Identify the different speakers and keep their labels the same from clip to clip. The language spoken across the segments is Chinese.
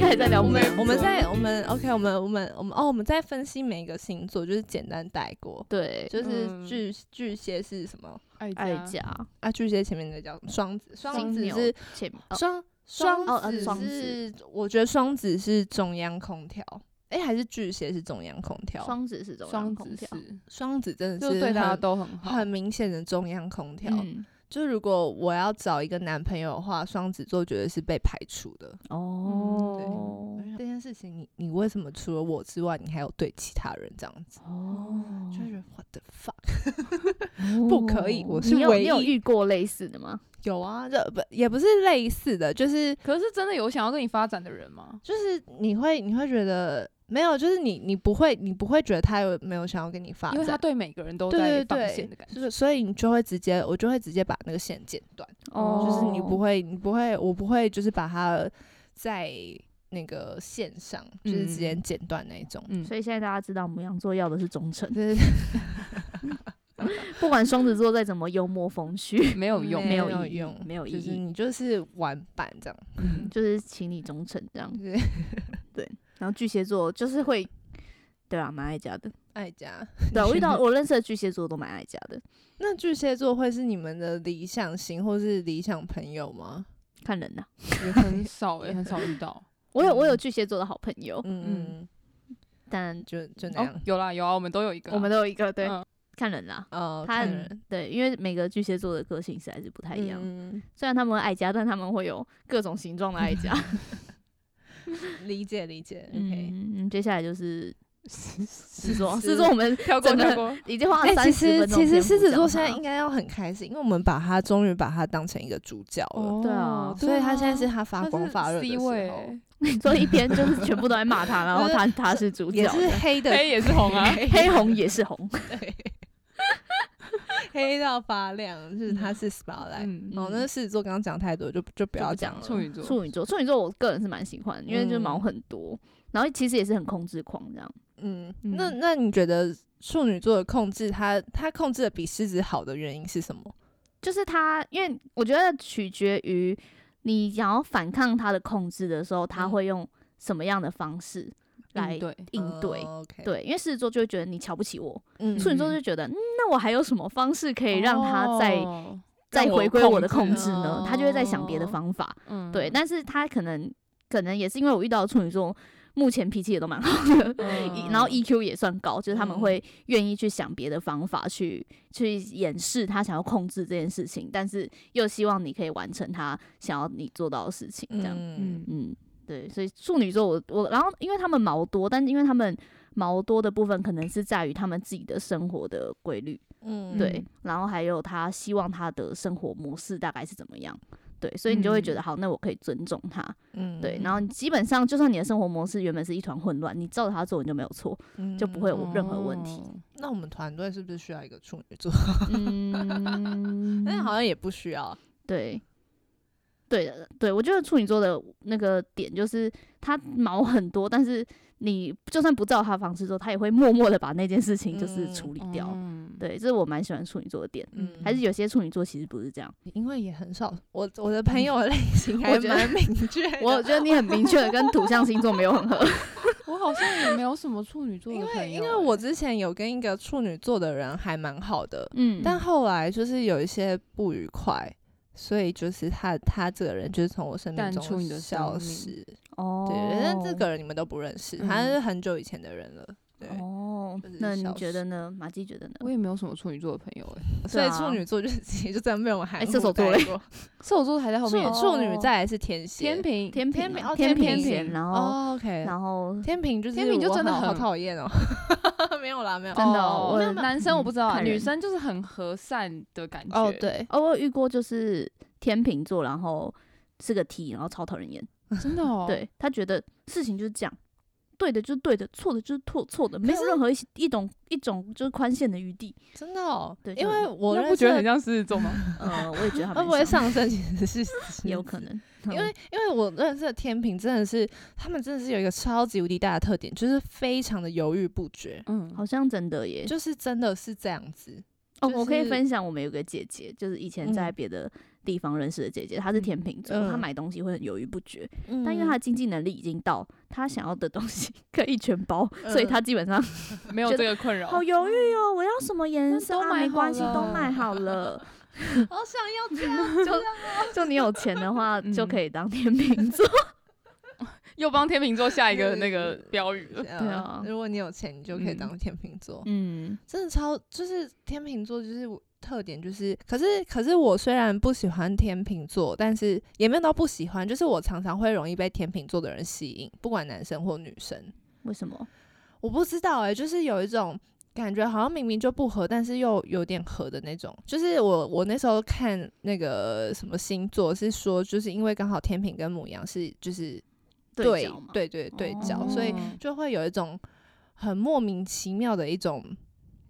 Speaker 1: 还在聊
Speaker 2: 我
Speaker 1: 母
Speaker 2: 们
Speaker 1: 羊座
Speaker 2: 我们在我们 OK，我们我们我们哦，我们在分析每一个星座，就是简单带过，
Speaker 1: 对
Speaker 2: 就是
Speaker 3: 嗯
Speaker 2: 巨巨蟹是什么
Speaker 3: 爱
Speaker 1: 爱
Speaker 3: 家
Speaker 1: 家、
Speaker 2: 啊？巨蟹前面那叫什么双子，双
Speaker 1: 金
Speaker 2: 子
Speaker 1: 牛
Speaker 2: 是
Speaker 1: 前哦
Speaker 2: 双双
Speaker 1: 哦呃
Speaker 2: 子
Speaker 1: 双
Speaker 2: 是，我觉得双子是中央空调，哎、还是巨蟹是中央空调？
Speaker 1: 哦双子是中央
Speaker 3: 双
Speaker 1: 空
Speaker 3: 子
Speaker 1: 调，
Speaker 3: 是，
Speaker 2: 双子真的
Speaker 3: 就是是对大家
Speaker 2: 很
Speaker 3: 都很好，
Speaker 2: 很明显的中央空调。
Speaker 3: 嗯
Speaker 2: 就如果我要找一个男朋友的话，双子座绝对是被排除的。
Speaker 1: 哦
Speaker 2: 这件事情你，你为什么除了我之外，你还有对其他人这样子？
Speaker 1: 哦
Speaker 2: 就会觉得 what the fuck？不可以我是
Speaker 1: 哦你有
Speaker 2: 唯
Speaker 1: 你有
Speaker 2: 一
Speaker 1: 遇过类似的吗？
Speaker 2: 有啊，这不也不是类似的，就是
Speaker 3: 可是真的有想要跟你发展的人吗？
Speaker 2: 就是你会你会觉得没有，就是你你不会你不会觉得他有没有想要跟你发
Speaker 3: 因为他
Speaker 2: 展。
Speaker 3: 对每个人都在
Speaker 2: 对对
Speaker 3: 放
Speaker 2: 对
Speaker 3: 线的感，觉，
Speaker 2: 就是所以你就会直接，我就会直接把那个线剪断，
Speaker 3: 哦
Speaker 2: 就是你不会，你不会，我不会，就是把它在那个线上，就是直接
Speaker 3: 嗯
Speaker 2: 剪断那一种。
Speaker 3: 嗯
Speaker 1: 所以现在大家知道母羊座要的是忠 诚，
Speaker 2: 对对
Speaker 1: 不管双子座再怎么幽默风趣，
Speaker 3: 没有用，
Speaker 1: 没有
Speaker 2: 有
Speaker 1: 意义
Speaker 2: 用，
Speaker 1: 没有意
Speaker 2: 就是
Speaker 1: 义
Speaker 2: 你就是玩板这样，
Speaker 3: 嗯
Speaker 1: 就是请你忠诚这样。
Speaker 2: 就是
Speaker 1: 然后巨蟹座就是会，对啊，蛮爱家的。
Speaker 2: 爱家。
Speaker 1: 对啊、我遇到我认识的巨蟹座都蛮爱家的，
Speaker 2: 那巨蟹座会是你们的理想型或是理想朋友吗？
Speaker 1: 看人呐、
Speaker 3: 也很少欸也很少遇到。
Speaker 1: 我有我有巨蟹座的好朋友，
Speaker 2: 嗯，
Speaker 1: 但
Speaker 2: 就就那
Speaker 3: 哦
Speaker 2: 样，。
Speaker 3: 有啦有啊，我们都有一个啊，
Speaker 1: 我们都有一个对、
Speaker 3: 嗯
Speaker 1: 看人啦、
Speaker 2: 哦，
Speaker 1: 他
Speaker 2: 看
Speaker 1: 很
Speaker 2: 人
Speaker 1: 对，因为每个巨蟹座的个性实在是不太一样。
Speaker 2: 嗯
Speaker 1: 虽然他们会爱家，但他们会有各种形状的爱 家。
Speaker 2: 嗯理解理解，OK。
Speaker 1: 嗯，接下来就是狮
Speaker 2: 狮
Speaker 1: 子座，狮子座我们
Speaker 3: 跳过
Speaker 1: 真的
Speaker 3: 跳过，
Speaker 1: 已经花了
Speaker 2: 哎、其
Speaker 1: 三十
Speaker 2: 实
Speaker 1: 分钟。
Speaker 2: 其实狮子座现在应该要很开心，因为我们把他终于把他当成一个主角了，
Speaker 3: 哦
Speaker 1: 对啊
Speaker 2: 所以他现在是
Speaker 3: 对啊
Speaker 2: 他发
Speaker 3: 他
Speaker 2: 光
Speaker 3: 是
Speaker 2: 发热的
Speaker 3: C
Speaker 2: 时
Speaker 3: 位欸
Speaker 2: 候，
Speaker 1: 所以一边就是全部都在骂他，然后他他是主角
Speaker 2: 也，是黑的，
Speaker 3: 黑也是红啊，
Speaker 1: 黑红也是 红。
Speaker 2: 黑到发亮，就是他是 spotlight。
Speaker 3: 嗯，
Speaker 2: 哦，那狮子座刚刚讲太多，就就不
Speaker 1: 就
Speaker 2: 要
Speaker 1: 不
Speaker 2: 讲
Speaker 1: 讲
Speaker 2: 了。
Speaker 3: 处女座，
Speaker 1: 处女座，处女座我个人是蛮喜欢，因为就是毛很多，然后其实也是很控制狂这样。
Speaker 2: 嗯，
Speaker 3: 嗯
Speaker 2: 那那你觉得处女座的控制，他他控制的比狮子好的原因是什么？
Speaker 1: 就是他，因为我觉得取决于你想要反抗他的控制的时候，他
Speaker 2: 嗯
Speaker 1: 会用什么样的方式来
Speaker 3: 嗯对，
Speaker 1: 应对。
Speaker 2: 哦，OK，
Speaker 1: 对，因为狮子座就会觉得你瞧不起我，
Speaker 2: 嗯
Speaker 1: 处女座
Speaker 3: 嗯
Speaker 1: 就觉得，嗯，那我还有什么方式可以让他再、
Speaker 3: 哦
Speaker 1: 再
Speaker 3: 让我
Speaker 1: 回归我的
Speaker 3: 控
Speaker 1: 控
Speaker 3: 制
Speaker 1: 制
Speaker 3: 哦
Speaker 1: 呢？他就会在想别的方法。
Speaker 3: 嗯
Speaker 1: 对，但是他可能可能也是因为我遇到的处女座，目前脾气也都蛮好的，
Speaker 3: 嗯
Speaker 1: 然后 EQ 也算高，就是他
Speaker 2: 嗯
Speaker 1: 们会愿意去想别的方法去去掩饰他想要控制这件事情，但是又希望你可以完成他想要你做到的事情，这样。
Speaker 2: 嗯
Speaker 3: 嗯
Speaker 1: 嗯，对，所以处女座我我，然后因为他们毛多，但是因为他们毛多的部分可能是在于他们自己的生活的规律，
Speaker 2: 嗯
Speaker 1: 对
Speaker 3: 嗯，
Speaker 1: 然后还有他希望他的生活模式大概是怎么样，对，所以你就会觉得好，那我可以尊重他，
Speaker 2: 嗯
Speaker 1: 对，然后你基本上就算你的生活模式原本是一团混乱，你照着他做你就没有错，就不会有任何问题。
Speaker 3: 哦
Speaker 2: 嗯那我们团队是不是需要一个处女座？
Speaker 1: 嗯，
Speaker 2: 但是好像也不需要。
Speaker 1: 对，对的，对我觉得处女座的那个点就是他毛很多，但是你就算不照他方式做，他也会默默的把那件事情就是
Speaker 2: 嗯
Speaker 1: 处理掉。
Speaker 3: 嗯
Speaker 1: 对，这是我蛮喜欢处女座的点。
Speaker 2: 嗯，
Speaker 1: 还是有些处女座其实不是这样，
Speaker 2: 因为也很少，我我的朋友的类型
Speaker 1: 嗯
Speaker 2: 还
Speaker 1: 我觉得
Speaker 2: 蛮明确的。
Speaker 1: 我觉得你很明确的跟土象星座没有很 合。
Speaker 3: 我好像也没有什么处女座的
Speaker 2: 因
Speaker 3: 朋友欸，
Speaker 2: 为因为我之前有跟一个处女座的人还蛮好的，
Speaker 1: 嗯，
Speaker 2: 但后来就是有一些不愉快，所以就是他他这个人就是从我生命
Speaker 3: 淡出
Speaker 2: 中
Speaker 3: 你的生
Speaker 2: 消
Speaker 3: 命
Speaker 2: 失。
Speaker 1: 哦，
Speaker 2: 对，但这个人你们都不认识，他
Speaker 3: 嗯
Speaker 2: 是很久以前的人了。对，
Speaker 1: 哦
Speaker 2: 就是，
Speaker 1: 那你
Speaker 2: 消
Speaker 1: 觉得呢？马季觉得呢？
Speaker 3: 我也没有什么处女座的朋友哎，
Speaker 2: 所以
Speaker 1: 对啊
Speaker 2: 处女座就是 直接就这样被我们
Speaker 1: 哎
Speaker 2: 喊
Speaker 1: 射手座嘞
Speaker 3: 射手座还在后
Speaker 2: 处
Speaker 3: 面，
Speaker 2: 处女再来是天蝎，
Speaker 3: 天平
Speaker 1: 天平
Speaker 2: 天平
Speaker 1: 啊
Speaker 2: 哦
Speaker 1: 天
Speaker 2: 天
Speaker 1: 平
Speaker 2: 平
Speaker 1: 线，然后
Speaker 2: 哦，OK，
Speaker 1: 然后
Speaker 2: 天平就是
Speaker 3: 天秤就
Speaker 2: 我
Speaker 3: 真的
Speaker 2: 好好
Speaker 3: 很
Speaker 2: 讨厌哦， 没有啦，没有。
Speaker 1: 真的哦我
Speaker 3: 没有男生我不知道啊，
Speaker 1: 看人
Speaker 3: 女生就是很和善的感觉。
Speaker 2: 哦，，对，
Speaker 1: 哦，我有遇过就是天秤座，然后是个 T，然后超讨人厌。
Speaker 3: 真的 哦。，
Speaker 1: 对他觉得事情就是这样，对的就是对的，错的就是错错的，没有任何一些一种一种就是宽限的余 地。
Speaker 2: 真的哦，
Speaker 1: 对
Speaker 2: 因
Speaker 1: 就
Speaker 2: 为
Speaker 1: 很
Speaker 2: 我
Speaker 3: 那
Speaker 2: 认
Speaker 3: 不觉得
Speaker 2: 识
Speaker 3: 很
Speaker 2: 的
Speaker 3: 像狮子 座吗？
Speaker 1: 呃，我也觉得他
Speaker 2: 会
Speaker 1: 们
Speaker 2: 不会上升其实是
Speaker 1: 也有
Speaker 2: 狮
Speaker 1: 可
Speaker 2: 子
Speaker 1: 能，
Speaker 2: 因为因为我认识的天平真的是，他们真的是有一个超级无敌大的特点，就是非常的犹豫不决，
Speaker 3: 嗯，
Speaker 1: 好像真的耶。
Speaker 2: 就是真的是这样子。
Speaker 1: 哦，
Speaker 2: 就
Speaker 1: 我可以
Speaker 2: 是
Speaker 1: 分享，我们有个姐姐，就是以前在
Speaker 2: 嗯
Speaker 1: 别的地方认识的姐姐，她是天秤座，
Speaker 2: 嗯
Speaker 1: 她买东西会很犹豫不决，
Speaker 2: 嗯
Speaker 1: 但因为她的经济能力已经到，她想要的东西 可以全包，所以
Speaker 2: 嗯
Speaker 1: 她基本上
Speaker 3: 没有
Speaker 1: 觉
Speaker 3: 这
Speaker 1: 得
Speaker 3: 个困扰，
Speaker 1: 好犹豫哦，我要什么颜色
Speaker 3: 都
Speaker 1: 啊？
Speaker 3: 买
Speaker 1: 没关系，
Speaker 3: 好
Speaker 1: 都
Speaker 3: 了
Speaker 1: 买好了。
Speaker 3: 好想要这样，就这样
Speaker 1: 就你有钱的话，就
Speaker 3: 嗯
Speaker 1: 可以当天秤座。
Speaker 3: 又帮天秤座下一个那个标语了。
Speaker 1: 对啊
Speaker 2: 嗯如果你有钱，你就可以
Speaker 3: 嗯
Speaker 2: 当天秤座。
Speaker 1: 嗯，
Speaker 2: 真的超，就是天秤座就是我特点就是，可是可是我虽然不喜欢天秤座，但是也没有到不喜欢，就是我常常会容易被天秤座的人吸引，不管男生或女生。
Speaker 1: 为什么？
Speaker 2: 我不知道哎、就是有一种感觉，好像明明就不合，但是又有点合的那种。就是我我那时候看那个什么星座是说，就是因为刚好天秤跟母羊是就是对
Speaker 1: 角嘛，
Speaker 2: 对对对角，
Speaker 1: 哦
Speaker 2: 所以就会有一种很莫名其妙的一种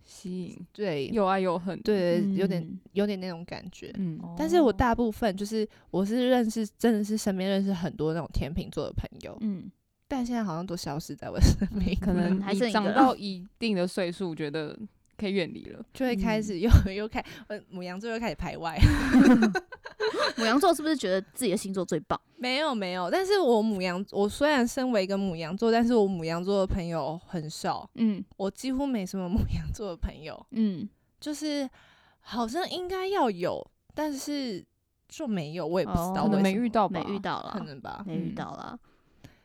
Speaker 3: 吸引，
Speaker 2: 对
Speaker 3: 又爱又恨。，
Speaker 2: 对，有点
Speaker 1: 嗯
Speaker 2: 有点那种感觉。
Speaker 3: 嗯，
Speaker 2: 但是我
Speaker 1: 哦
Speaker 2: 大部分就是我是认识，真的是身边认识很多那种天秤座的朋友，
Speaker 1: 嗯，
Speaker 2: 但现在好像都消失在我 身边，
Speaker 3: 可能
Speaker 1: 还
Speaker 3: 你
Speaker 1: 剩一
Speaker 3: 长
Speaker 1: 个
Speaker 3: 到一定的岁数，觉得可以远离了。
Speaker 2: 就会开
Speaker 1: 嗯
Speaker 2: 始又、又开，呃，母羊座又开始排外。
Speaker 1: 母羊座是不是觉得自己的星座最棒？
Speaker 2: 没有没有，但是我母羊，我虽然身为一个母羊座，但是我母羊座的朋友很少，
Speaker 1: 嗯
Speaker 2: 我几乎没什么母羊座的朋友，
Speaker 1: 嗯，
Speaker 2: 就是好像应该要有，但是就没有，我也不知
Speaker 1: 哦
Speaker 2: 道
Speaker 3: 可
Speaker 2: 为什么、
Speaker 3: 能没遇到吧，
Speaker 1: 没遇，到啊
Speaker 2: 可
Speaker 1: 啦，
Speaker 2: 能吧。
Speaker 1: 没遇
Speaker 3: 嗯
Speaker 1: 到啦，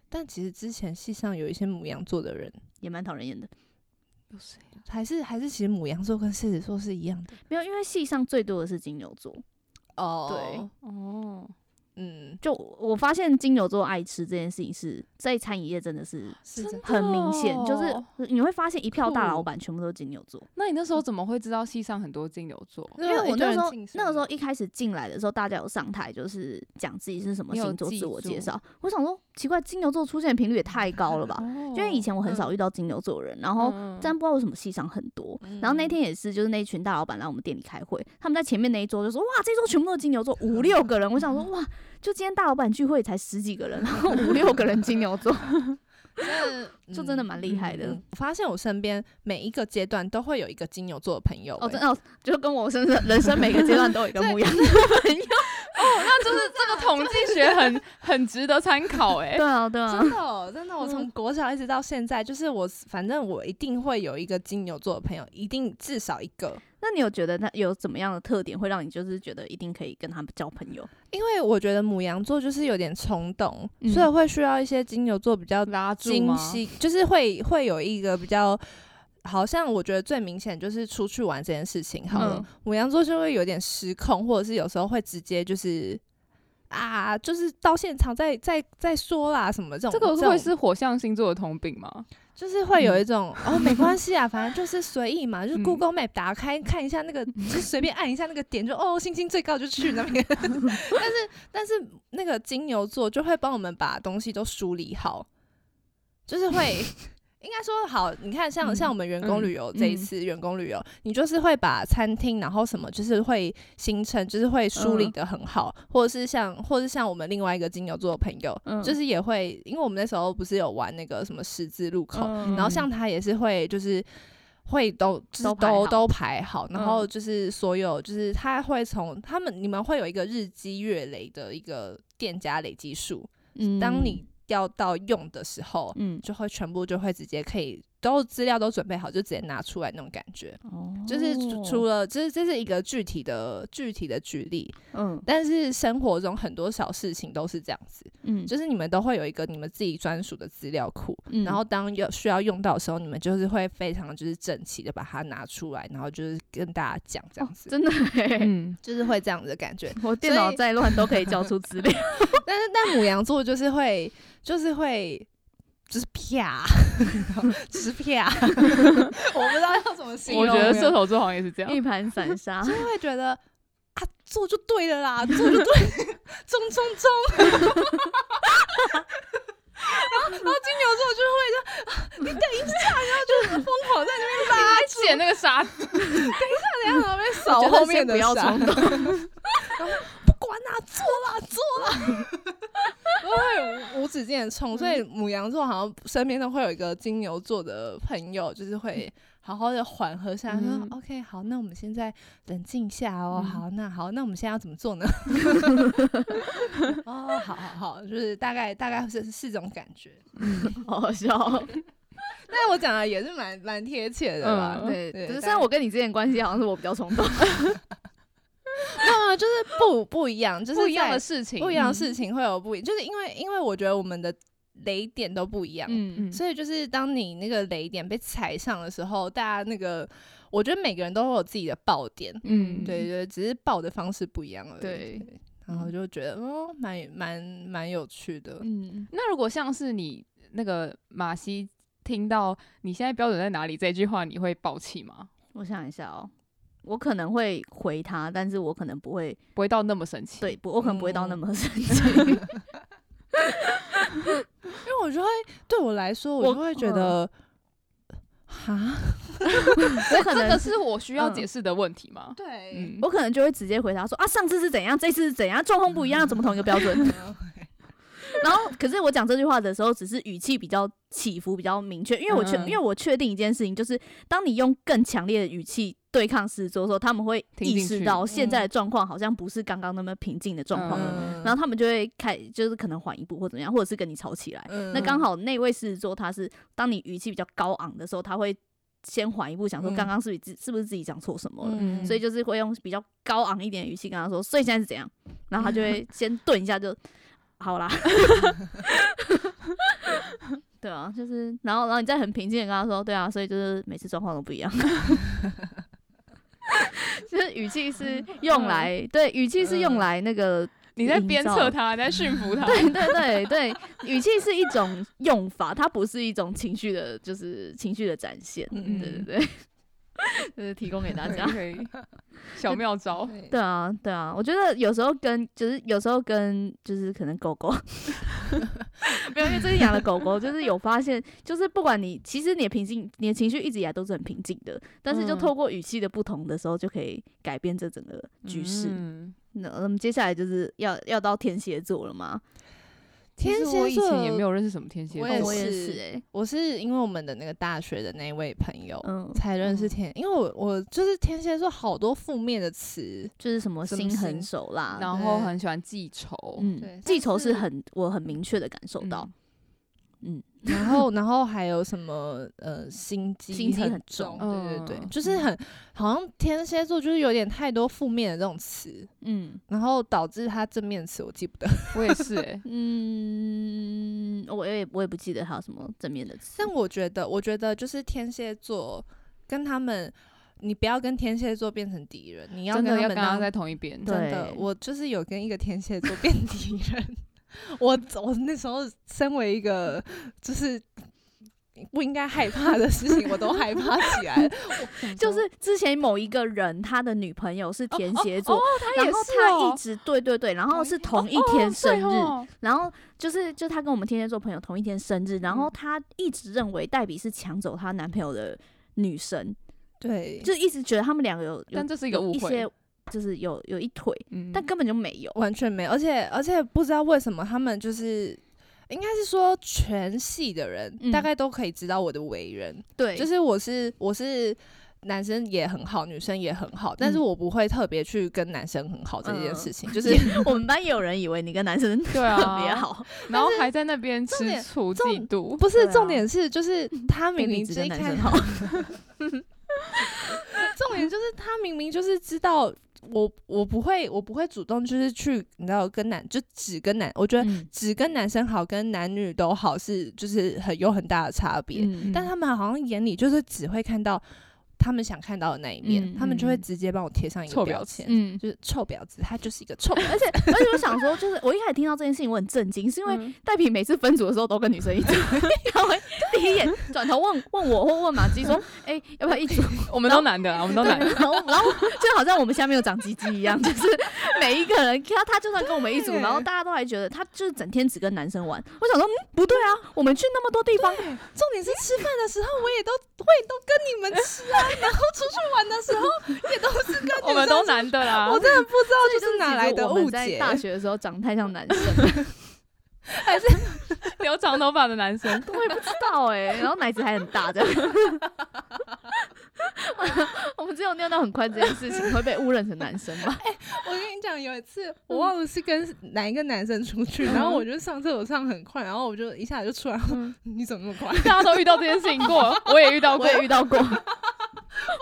Speaker 2: 但其实之前系上有一些母羊座的人，
Speaker 1: 也蛮讨人厌的。
Speaker 3: 有谁啊？
Speaker 2: 还是还是其实母羊座跟狮子座是一样的
Speaker 1: 没有，因为戏上最多的是金牛座。
Speaker 2: 哦。
Speaker 3: 哦，
Speaker 2: 对，嗯，
Speaker 1: 就我发现金牛座爱吃这件事情是在餐饮业真的是
Speaker 2: 是真的。
Speaker 1: 很明显，就是你会发现一票大
Speaker 3: 酷
Speaker 1: 老板全部都是金牛座。
Speaker 3: 那你那时候怎么会知道戏上很多金牛 座？
Speaker 2: 因
Speaker 1: 哦因为我那时候那个时候一开始进来的时候，大家有上台就是讲自己是什么
Speaker 3: 你有
Speaker 1: 星座，
Speaker 3: 记
Speaker 1: 自我介
Speaker 3: 住
Speaker 1: 绍。我想说，奇怪，金牛座出现的频率也太高了吧？
Speaker 3: 哦
Speaker 1: 因为以前我很少遇到金牛座的人，然后
Speaker 3: 嗯，
Speaker 1: 但不知道为什么戏上很多。
Speaker 2: 嗯
Speaker 1: 然后那天也是，就是那一群大老板来我们店里开会，他们在前面那一桌就说：“哇，这一桌全部都是金牛座，五六个人。”我想说：“哇，就今天大老板聚会才十几个人，然后五六个人金牛座， 就真的蛮厉害的。
Speaker 2: 嗯我发现我身边每一个阶段都会有一个金牛座的朋友、欸
Speaker 1: 哦，真
Speaker 2: 的，
Speaker 1: 的、哦，就跟我身上人生每个阶段都有一个
Speaker 3: 对
Speaker 1: 牧羊座朋友。
Speaker 3: 那就是这个统计学很很值得参考哎
Speaker 1: 对。啊，对啊，
Speaker 2: 真的哦、真的，我
Speaker 1: 嗯
Speaker 2: 从国小一直到现在，就是我反正我一定会有一个金牛座的朋友，一定至少一个。
Speaker 1: 那你有觉得他有怎么样的特点会让你就是觉得一定可以跟他们交朋友？
Speaker 2: 因为我觉得母羊座就是有点冲动，
Speaker 1: 嗯
Speaker 2: 所以会需要一些金牛座比较
Speaker 3: 拉住
Speaker 2: 精
Speaker 3: 吗？
Speaker 2: 细，就是会会有一个比较，好像我觉得最明显就是出去玩这件事情好了，
Speaker 3: 嗯
Speaker 2: 母羊座就会有点失控，或者是有时候会直接就是啊，就是到现场再再再说啦什么这种，
Speaker 3: 这个
Speaker 2: 种
Speaker 3: 会是火象星座的通病吗？
Speaker 2: 就是会有一种、哦没关系啊，反正就是随意嘛，就是
Speaker 3: 嗯
Speaker 2: Google Map 打开看一下那个，就随便按一下那个点，就哦星星最高就去那边。 但是但是那个金牛座就会帮我们把东西都梳理好，就是会应该说好，你看像、
Speaker 3: 嗯
Speaker 2: 像我们员工
Speaker 3: 嗯
Speaker 2: 旅游、这一
Speaker 3: 嗯
Speaker 2: 次员工旅游，你就是会把餐厅然后什么就是会行程就是会梳理
Speaker 1: 嗯
Speaker 2: 的很好，或者是像或者是像我们另外一个金牛座的朋友，
Speaker 1: 嗯
Speaker 2: 就是也会因为我们那时候不是有玩那个什么十字路口。
Speaker 1: 嗯
Speaker 2: 然后像他也是会就是会都就是
Speaker 1: 都
Speaker 2: 都
Speaker 1: 排好嗯
Speaker 2: 都排好，然后就是所有就是他会从他们你们会有一个日积月累的一个店家累积数，
Speaker 1: 嗯
Speaker 2: 当你要到用的时候，
Speaker 1: 嗯
Speaker 2: 就会全部就会直接可以都资料都准备好，就直接拿出来那种感觉。
Speaker 1: 哦，
Speaker 2: 就是除除了，这这是一个具体的具体的举例，
Speaker 1: 嗯
Speaker 2: 但是生活中很多小事情都是这样子，
Speaker 1: 嗯，
Speaker 2: 就是你们都会有一个你们自己专属的资料库，
Speaker 1: 嗯
Speaker 2: 然后当有需要用到的时候，你们就是会非常就是整齐的把它拿出来，然后就是跟大家讲这样子，
Speaker 1: 哦、 真的、欸，
Speaker 3: 嗯，
Speaker 2: 就是会这样子的感觉。
Speaker 1: 我电脑
Speaker 2: 所以
Speaker 1: 再乱都可以交出资料。
Speaker 2: 但是但母羊座就是会就是会就是啪， 就是 啪，我不知道要怎么形容
Speaker 3: 我觉得
Speaker 2: 母羊
Speaker 3: 射手座好像也是这样。
Speaker 1: 一盘散 沙，
Speaker 2: 就会觉得啊，做就对了啦，做就对， 中中中。 然后然后金牛座就会说、啊，你等一下，然后就是疯狂在那边拉住，
Speaker 3: 捡那个沙子，
Speaker 2: 这样然后在扫
Speaker 1: 我觉得
Speaker 2: 后面
Speaker 1: 先
Speaker 2: 的
Speaker 1: 不要
Speaker 2: 沙
Speaker 1: 冲 动，
Speaker 2: 不管啦、做啦，做 啦，都会无止境的冲。所以母羊座好像身边都会有一个金牛座的朋友，就是会好好的缓和下来，说、
Speaker 1: 嗯
Speaker 2: OK，好，那我们现在冷静一下哦。
Speaker 1: 嗯
Speaker 2: 好，那好，那我们现在要怎么做呢？哦，好好好，就是大概大概是是这种感觉。
Speaker 1: 好好笑哦。
Speaker 2: 但是我讲的也是蛮蛮贴切的啦，
Speaker 3: 嗯
Speaker 2: 对
Speaker 1: 对，
Speaker 2: 对。
Speaker 1: 只是虽
Speaker 2: 但
Speaker 1: 然我跟你之间的关系好像是我比较冲动，
Speaker 2: 没有，啊就是不不一样，就是
Speaker 3: 不一样
Speaker 2: 在
Speaker 3: 的事情，
Speaker 2: 不一样的
Speaker 1: 嗯
Speaker 2: 事情会有不一，就是因为因为我觉得我们的雷点都不一样，
Speaker 3: 嗯，
Speaker 2: 啊所以就是当你那个雷点被踩上的时候，大家那个我觉得每个人都会有自己的爆点，
Speaker 1: 嗯
Speaker 3: 嗯
Speaker 2: 对对，只是爆的方式不一样而已。
Speaker 3: 对
Speaker 2: 然后就觉得哦，蛮蛮蛮有趣的。
Speaker 1: 嗯，
Speaker 3: 那如果像是你那个马西听到你现在标准在哪里这句话，你会爆气吗？
Speaker 1: 我想一下哦，我可能会回他，但是我可能不会，
Speaker 3: 不会到那么生气？，
Speaker 1: 对，不，我可能不会到那么生气。
Speaker 2: 因为我就会对我来说，我
Speaker 1: 我
Speaker 2: 就会觉得，哈，
Speaker 1: 我可
Speaker 3: 这个
Speaker 1: 能，
Speaker 3: 是我需要
Speaker 1: 嗯
Speaker 3: 解释的问题吗？
Speaker 2: 对，
Speaker 3: 嗯，
Speaker 1: 我可能就会直接回答说啊，上次是怎样，这次是怎样，状况不一样，怎么同一个标准？然后，可是我讲这句话的时候，只是语气比较起伏比较明确，因为我确
Speaker 3: 嗯嗯
Speaker 1: 因为我确定一件事情，就是当你用更强烈的语气对抗狮子座的时候，他们会
Speaker 3: 听进
Speaker 1: 意
Speaker 3: 去
Speaker 1: 识到现在的状况好像不是刚刚那么平静的状况了，
Speaker 3: 嗯
Speaker 1: 然后他们就会开，就是可能缓一步或怎么样，或者是跟你吵起来。
Speaker 2: 嗯
Speaker 1: 那刚好那位狮子座，他是当你语气比较高昂的时候，他会先缓一步，想说
Speaker 2: 嗯
Speaker 1: 刚刚是不是自是不是自己讲错什么了，
Speaker 2: 嗯
Speaker 1: 所以就是会用比较高昂一点的语气跟他说，所以现在是怎样，然后他就会先顿一下就，好啦， 对啊，就是然后然后你再很平静的跟他说，对啊，所以就是每次状况都不一样。 就是语气是
Speaker 2: 嗯
Speaker 1: 用来、对，语气是用来那个
Speaker 3: 你在
Speaker 1: 营
Speaker 3: 鞭
Speaker 1: 造
Speaker 3: 策他，你在驯服他。
Speaker 1: 对对对对，语气是一种用法，它不是一种情绪的，就是情绪的展现。
Speaker 2: 嗯
Speaker 1: 对对对， 就是提供给大家。
Speaker 3: 可以，小妙 招。
Speaker 2: 对
Speaker 1: 对啊，对啊，我觉得有时候跟就是有时候跟就是可能狗 狗，没有，因为最近养了狗狗，就是有发现，就是不管你其实你的平静，你的情绪一直以来都是很平静的，但是就
Speaker 3: 嗯
Speaker 1: 透过语气的不同的时候，就可以改变这整个局势。
Speaker 3: 嗯
Speaker 1: 那我们接下来就是要要到天蝎座了吗？
Speaker 2: 天
Speaker 3: 其实我
Speaker 2: 蝎
Speaker 3: 以
Speaker 2: 座
Speaker 3: 前也没有认识什么天蝎
Speaker 2: 我
Speaker 3: 座，
Speaker 2: 也
Speaker 1: 我也
Speaker 2: 是
Speaker 1: 是哎、
Speaker 2: 我是因为我们的那个大学的那一位朋友。
Speaker 1: 嗯，
Speaker 2: 才认识
Speaker 1: 嗯
Speaker 2: 天，因为我我就是天蝎座，好多负面的词，
Speaker 1: 就是什么
Speaker 2: 什么
Speaker 1: 心
Speaker 2: 心
Speaker 1: 狠手辣，
Speaker 3: 然后很喜欢记仇，
Speaker 1: 啊
Speaker 2: 对
Speaker 1: 嗯，
Speaker 2: 但
Speaker 1: 记仇
Speaker 2: 是
Speaker 1: 是很我很明确的感受到，
Speaker 3: 嗯
Speaker 2: 然后，然后还有什么呃，心机
Speaker 1: 心机
Speaker 2: 很
Speaker 1: 很
Speaker 2: 重，
Speaker 1: 重
Speaker 2: 对对对，
Speaker 3: 嗯
Speaker 2: 就是很好像天蝎座就是有点太多负面的这种词，
Speaker 1: 嗯，
Speaker 2: 然后导致他正面词我记不得，
Speaker 3: 我也是哎
Speaker 1: 嗯，我也我也不记得还有什么正面的词
Speaker 2: 但，我觉得，我觉得就是天蝎座跟他们，你不要跟天蝎座变成敌人，你要
Speaker 3: 真
Speaker 2: 跟
Speaker 3: 的
Speaker 2: 他
Speaker 3: 要
Speaker 2: 们
Speaker 3: 跟他
Speaker 2: 当
Speaker 3: 在同一边。
Speaker 1: 对
Speaker 2: 真的，我就是有跟一个天蝎座变敌人。 我我那时候身为一个就是不应该害怕的事情，我都害怕起 来了。
Speaker 1: 就是之前某一个人他的女朋友
Speaker 3: 哦
Speaker 1: 是天蝎座，
Speaker 3: 他哦
Speaker 1: 然后他一直对对对，然后是同一天生日，然后就是就他跟我们天蝎座朋友同一天生日，然后他一直认为黛比是抢走她男朋友的女生，
Speaker 2: 对，
Speaker 1: 就一直觉得他们两个有有
Speaker 3: 但这是一个
Speaker 1: 有
Speaker 3: 误
Speaker 1: 一
Speaker 3: 会
Speaker 1: 些就是有有一腿，
Speaker 3: 嗯
Speaker 1: 但根本就没有。
Speaker 2: 完全没有，而且而且不知道为什么他们就是。应该是说，全系的人、
Speaker 1: 嗯
Speaker 2: 大概都可以知道我的为人，
Speaker 1: 对
Speaker 2: 就是我是我是男生也很好，女生也很好，但是
Speaker 1: 嗯
Speaker 2: 我不会特别去跟男生很好这件事 情，就是
Speaker 1: 我们班也有人以为你跟男生
Speaker 3: 对
Speaker 1: 特别
Speaker 3: 啊，
Speaker 1: 好，
Speaker 3: 然后还在那边
Speaker 2: 重点
Speaker 3: 吃醋
Speaker 2: 重
Speaker 3: 嫉妒，
Speaker 2: 不是
Speaker 1: 对啊
Speaker 2: 重点是就是他明明
Speaker 1: 只
Speaker 2: 这
Speaker 1: 跟
Speaker 2: 一
Speaker 1: 男
Speaker 2: 看
Speaker 1: 生好，
Speaker 2: 重点就是他明明就是知道我我不会我不会主动就是去你知道跟男就只跟男，我觉得
Speaker 1: 嗯
Speaker 2: 只跟男生好跟男女都好是就是很有很大的差别，
Speaker 1: 嗯
Speaker 2: 但他们好像眼里就是只会看到他们想看到的那一面，
Speaker 1: 嗯
Speaker 2: 他们就会
Speaker 3: 嗯嗯
Speaker 2: 直接帮我贴上一个
Speaker 3: 臭
Speaker 2: 标
Speaker 3: 婊
Speaker 2: 签，
Speaker 3: 嗯，
Speaker 2: 就是臭婊子，他就是一个臭婊子。
Speaker 1: 而且而且我想说，就是我一开始听到这件事情，我很震惊，是因为
Speaker 3: 嗯
Speaker 1: 戴平每次分组的时候都跟女生一组， 他会第一眼转头问问我或问马姬说：“哎、要不要一组
Speaker 3: 我们都男的啊，我们？”都
Speaker 1: 对，
Speaker 3: 男的，
Speaker 1: 然后然后就好像我们下面有长鸡鸡一样，就是每一个人，他他就算跟我们一组，
Speaker 2: 对
Speaker 1: 然后大家都还觉得他就是整天只跟男生玩。我想说，嗯，不对啊，我们去那么多地方，
Speaker 2: 重点是吃饭的时候，我也都我也都跟你们吃啊，然后出去玩的时 候也都是跟
Speaker 3: 我
Speaker 2: 你
Speaker 3: 们
Speaker 2: 们
Speaker 3: 都男的啦
Speaker 2: 我。真的不知道
Speaker 1: 这
Speaker 2: 就
Speaker 1: 就是
Speaker 2: 是哪来的
Speaker 1: 其实我
Speaker 2: 误
Speaker 1: 们在
Speaker 2: 解。
Speaker 1: 大学的时候长太像男生了。
Speaker 3: 留长头发的男生，
Speaker 1: 我也不知道哎、然后奶子还很大的，我们只有尿尿很快这件事情会被误认成男生吧？
Speaker 2: 我跟你讲，有 一次我忘了是跟哪一个男生出去，然后我就上厕所上很快，然后我就一下子就出来，
Speaker 1: 嗯
Speaker 2: 你怎么那么快？
Speaker 3: 大家都遇到这件事情过，我也遇到
Speaker 1: 我
Speaker 3: 过，
Speaker 1: 也遇到过，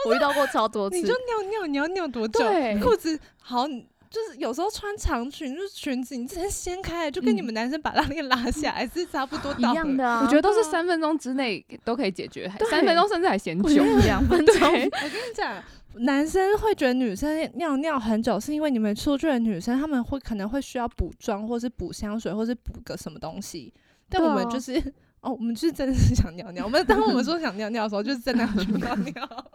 Speaker 1: 我遇到过超多次
Speaker 2: 你。就尿尿，你要尿多久？
Speaker 3: 对
Speaker 2: 裤子好，你就是有时候穿长裙，就是裙子你之前掀开，就跟你们男生把拉链拉下来、是差不多
Speaker 1: 嗯一
Speaker 2: 到
Speaker 1: 样
Speaker 2: 的。
Speaker 1: 的啊，
Speaker 3: 我觉得都是三分钟之内都可以解决，还
Speaker 1: 对
Speaker 3: 三分钟甚至还嫌
Speaker 1: 我
Speaker 3: 久
Speaker 1: 觉。得 两分钟
Speaker 3: 对
Speaker 2: 我跟你讲，男生会觉得女生尿尿很久，是因为你们出去的女生，他们会可能会需要补妆，或是补香水，或是补个什么东西。但
Speaker 1: 对
Speaker 2: 我们
Speaker 1: 啊
Speaker 2: 就是、哦，我们就是真的是想尿尿。我们当我们说想尿尿的时候，就是真的要去 尿尿。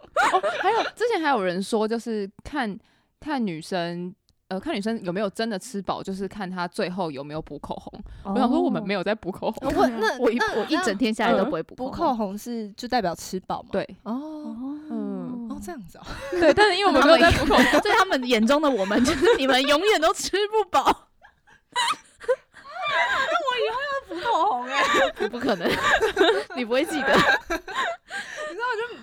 Speaker 3: 还有之前还有人说，就是看看女生。呃，看女生有没有真的吃饱，就是看她最后有没有补口红。我想说，我们没有在补口红，
Speaker 1: 哦
Speaker 2: 我那
Speaker 1: 我一
Speaker 2: 那
Speaker 1: 我一
Speaker 2: 那
Speaker 1: 整天下来都不会补
Speaker 2: 补口
Speaker 1: 口。
Speaker 2: 红是就代表吃饱嘛？
Speaker 3: 对
Speaker 2: 哦
Speaker 1: 哦，
Speaker 3: 嗯
Speaker 2: 哦这样子哦。
Speaker 3: 对，但是因为我们没有在补口红，
Speaker 1: 在他们眼中的我们，就是 你们永远都吃不 饱，
Speaker 2: 口红哎、
Speaker 1: 不可 能，你不会记得。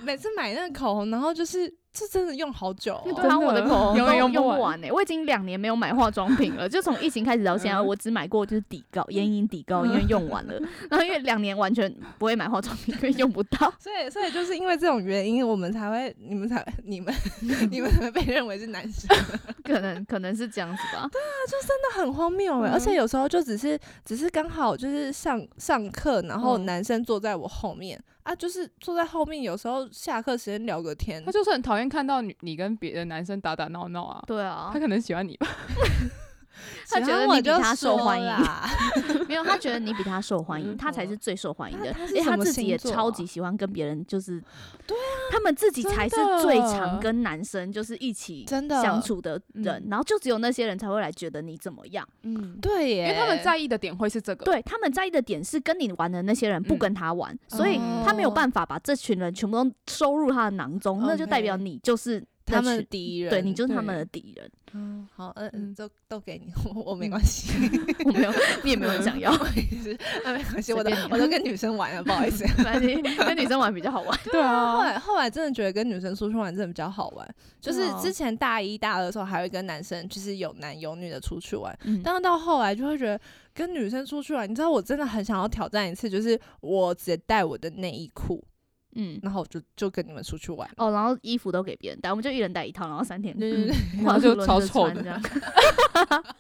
Speaker 2: 每次买那个口红，然后就是这真的用好久、哦，
Speaker 1: 对啊，
Speaker 3: 真的
Speaker 1: 我的口红
Speaker 3: 永
Speaker 1: 都
Speaker 3: 远
Speaker 1: 用
Speaker 3: 用不
Speaker 1: 不
Speaker 3: 完
Speaker 1: 完呢、欸我已经两年没有买化妆品了，就从疫情开始到现在，
Speaker 3: 嗯
Speaker 1: 我只买过就是底膏、眼影底膏，因为用完了。然后因为两年完全不会买化妆品，因为用不到。
Speaker 2: 所以所以就是因为这种原因，我们才会你们才你们你们才会被认为是男生，真
Speaker 1: 可能可能是这样子吧。
Speaker 2: 的很荒谬哎、
Speaker 1: 嗯
Speaker 2: 而且有时候就只是只是刚好就是上上课，然后
Speaker 3: 嗯
Speaker 2: 男生坐在我后面、啊，就是坐在后面，有时候下课时间聊个天
Speaker 3: 他，就是很讨厌看到你你跟别的男生打打闹闹啊。
Speaker 1: 对啊
Speaker 3: 他，可能喜欢你吧，
Speaker 1: 他觉
Speaker 2: 喜欢
Speaker 1: 得
Speaker 2: 我
Speaker 1: 你比
Speaker 2: 就
Speaker 1: 他受
Speaker 2: 说
Speaker 1: 欢迎
Speaker 2: 啦
Speaker 1: 没有，他觉得你比他受欢迎，
Speaker 3: 嗯
Speaker 1: 他才是最受欢迎的。
Speaker 2: 他他是
Speaker 1: 因为他
Speaker 2: 什么
Speaker 1: 自己也
Speaker 2: 星座啊
Speaker 1: 超级喜欢跟别人，就是
Speaker 2: 对
Speaker 1: 啊，他们自己才是
Speaker 3: 真的
Speaker 1: 最常跟男生就是一起
Speaker 2: 真的
Speaker 1: 相处的人
Speaker 3: 嗯，
Speaker 1: 然后就只有那些人才会来觉得你怎么样。
Speaker 3: 嗯，
Speaker 2: 对耶，
Speaker 3: 因为他们在意的点会是这
Speaker 2: 呃
Speaker 3: 个，，
Speaker 1: 对他们在意的点是跟你玩的那些人不
Speaker 3: 嗯
Speaker 1: 跟他玩，所以
Speaker 2: 哦
Speaker 1: 他没有办法把这群人全部都收入他的囊中，那就代表
Speaker 2: OK
Speaker 1: 你就是那
Speaker 2: 他们的
Speaker 1: 群
Speaker 2: 敌人，
Speaker 1: 对你就是他们
Speaker 3: 对
Speaker 1: 的敌人。
Speaker 2: 嗯好嗯嗯
Speaker 3: 嗯
Speaker 2: 都都给你，我我没
Speaker 3: 嗯
Speaker 2: 关系。
Speaker 1: 我没有，你也没有很 想要，
Speaker 2: 啊，没关系，
Speaker 1: 随
Speaker 2: 我都
Speaker 1: 便你
Speaker 2: 我都跟女生玩了，不好意思。
Speaker 1: 反正跟女生玩比较好玩。
Speaker 3: 对
Speaker 2: 后
Speaker 3: 啊，
Speaker 2: 来后来真的觉得跟女生出去玩真的比较好玩，就是
Speaker 1: 对啊
Speaker 2: 之前大一大二的时候还会跟男生就是有男有女的出去玩，
Speaker 1: 嗯
Speaker 2: 但是到后来就会觉得跟女生出去玩，你知道我真的很想要挑战一次，就是我只带我的内衣裤，
Speaker 1: 嗯。
Speaker 2: 然后我就就跟你们出去玩。
Speaker 1: 哦，然后衣服都给别人带，我们就一人带一套，然后三天，嗯
Speaker 2: 对对对，
Speaker 1: 然
Speaker 3: 然
Speaker 1: 后
Speaker 3: 后
Speaker 1: 就
Speaker 3: 就
Speaker 1: 轮
Speaker 3: 超
Speaker 1: 着
Speaker 3: 臭
Speaker 1: 穿
Speaker 3: 的
Speaker 1: 这样。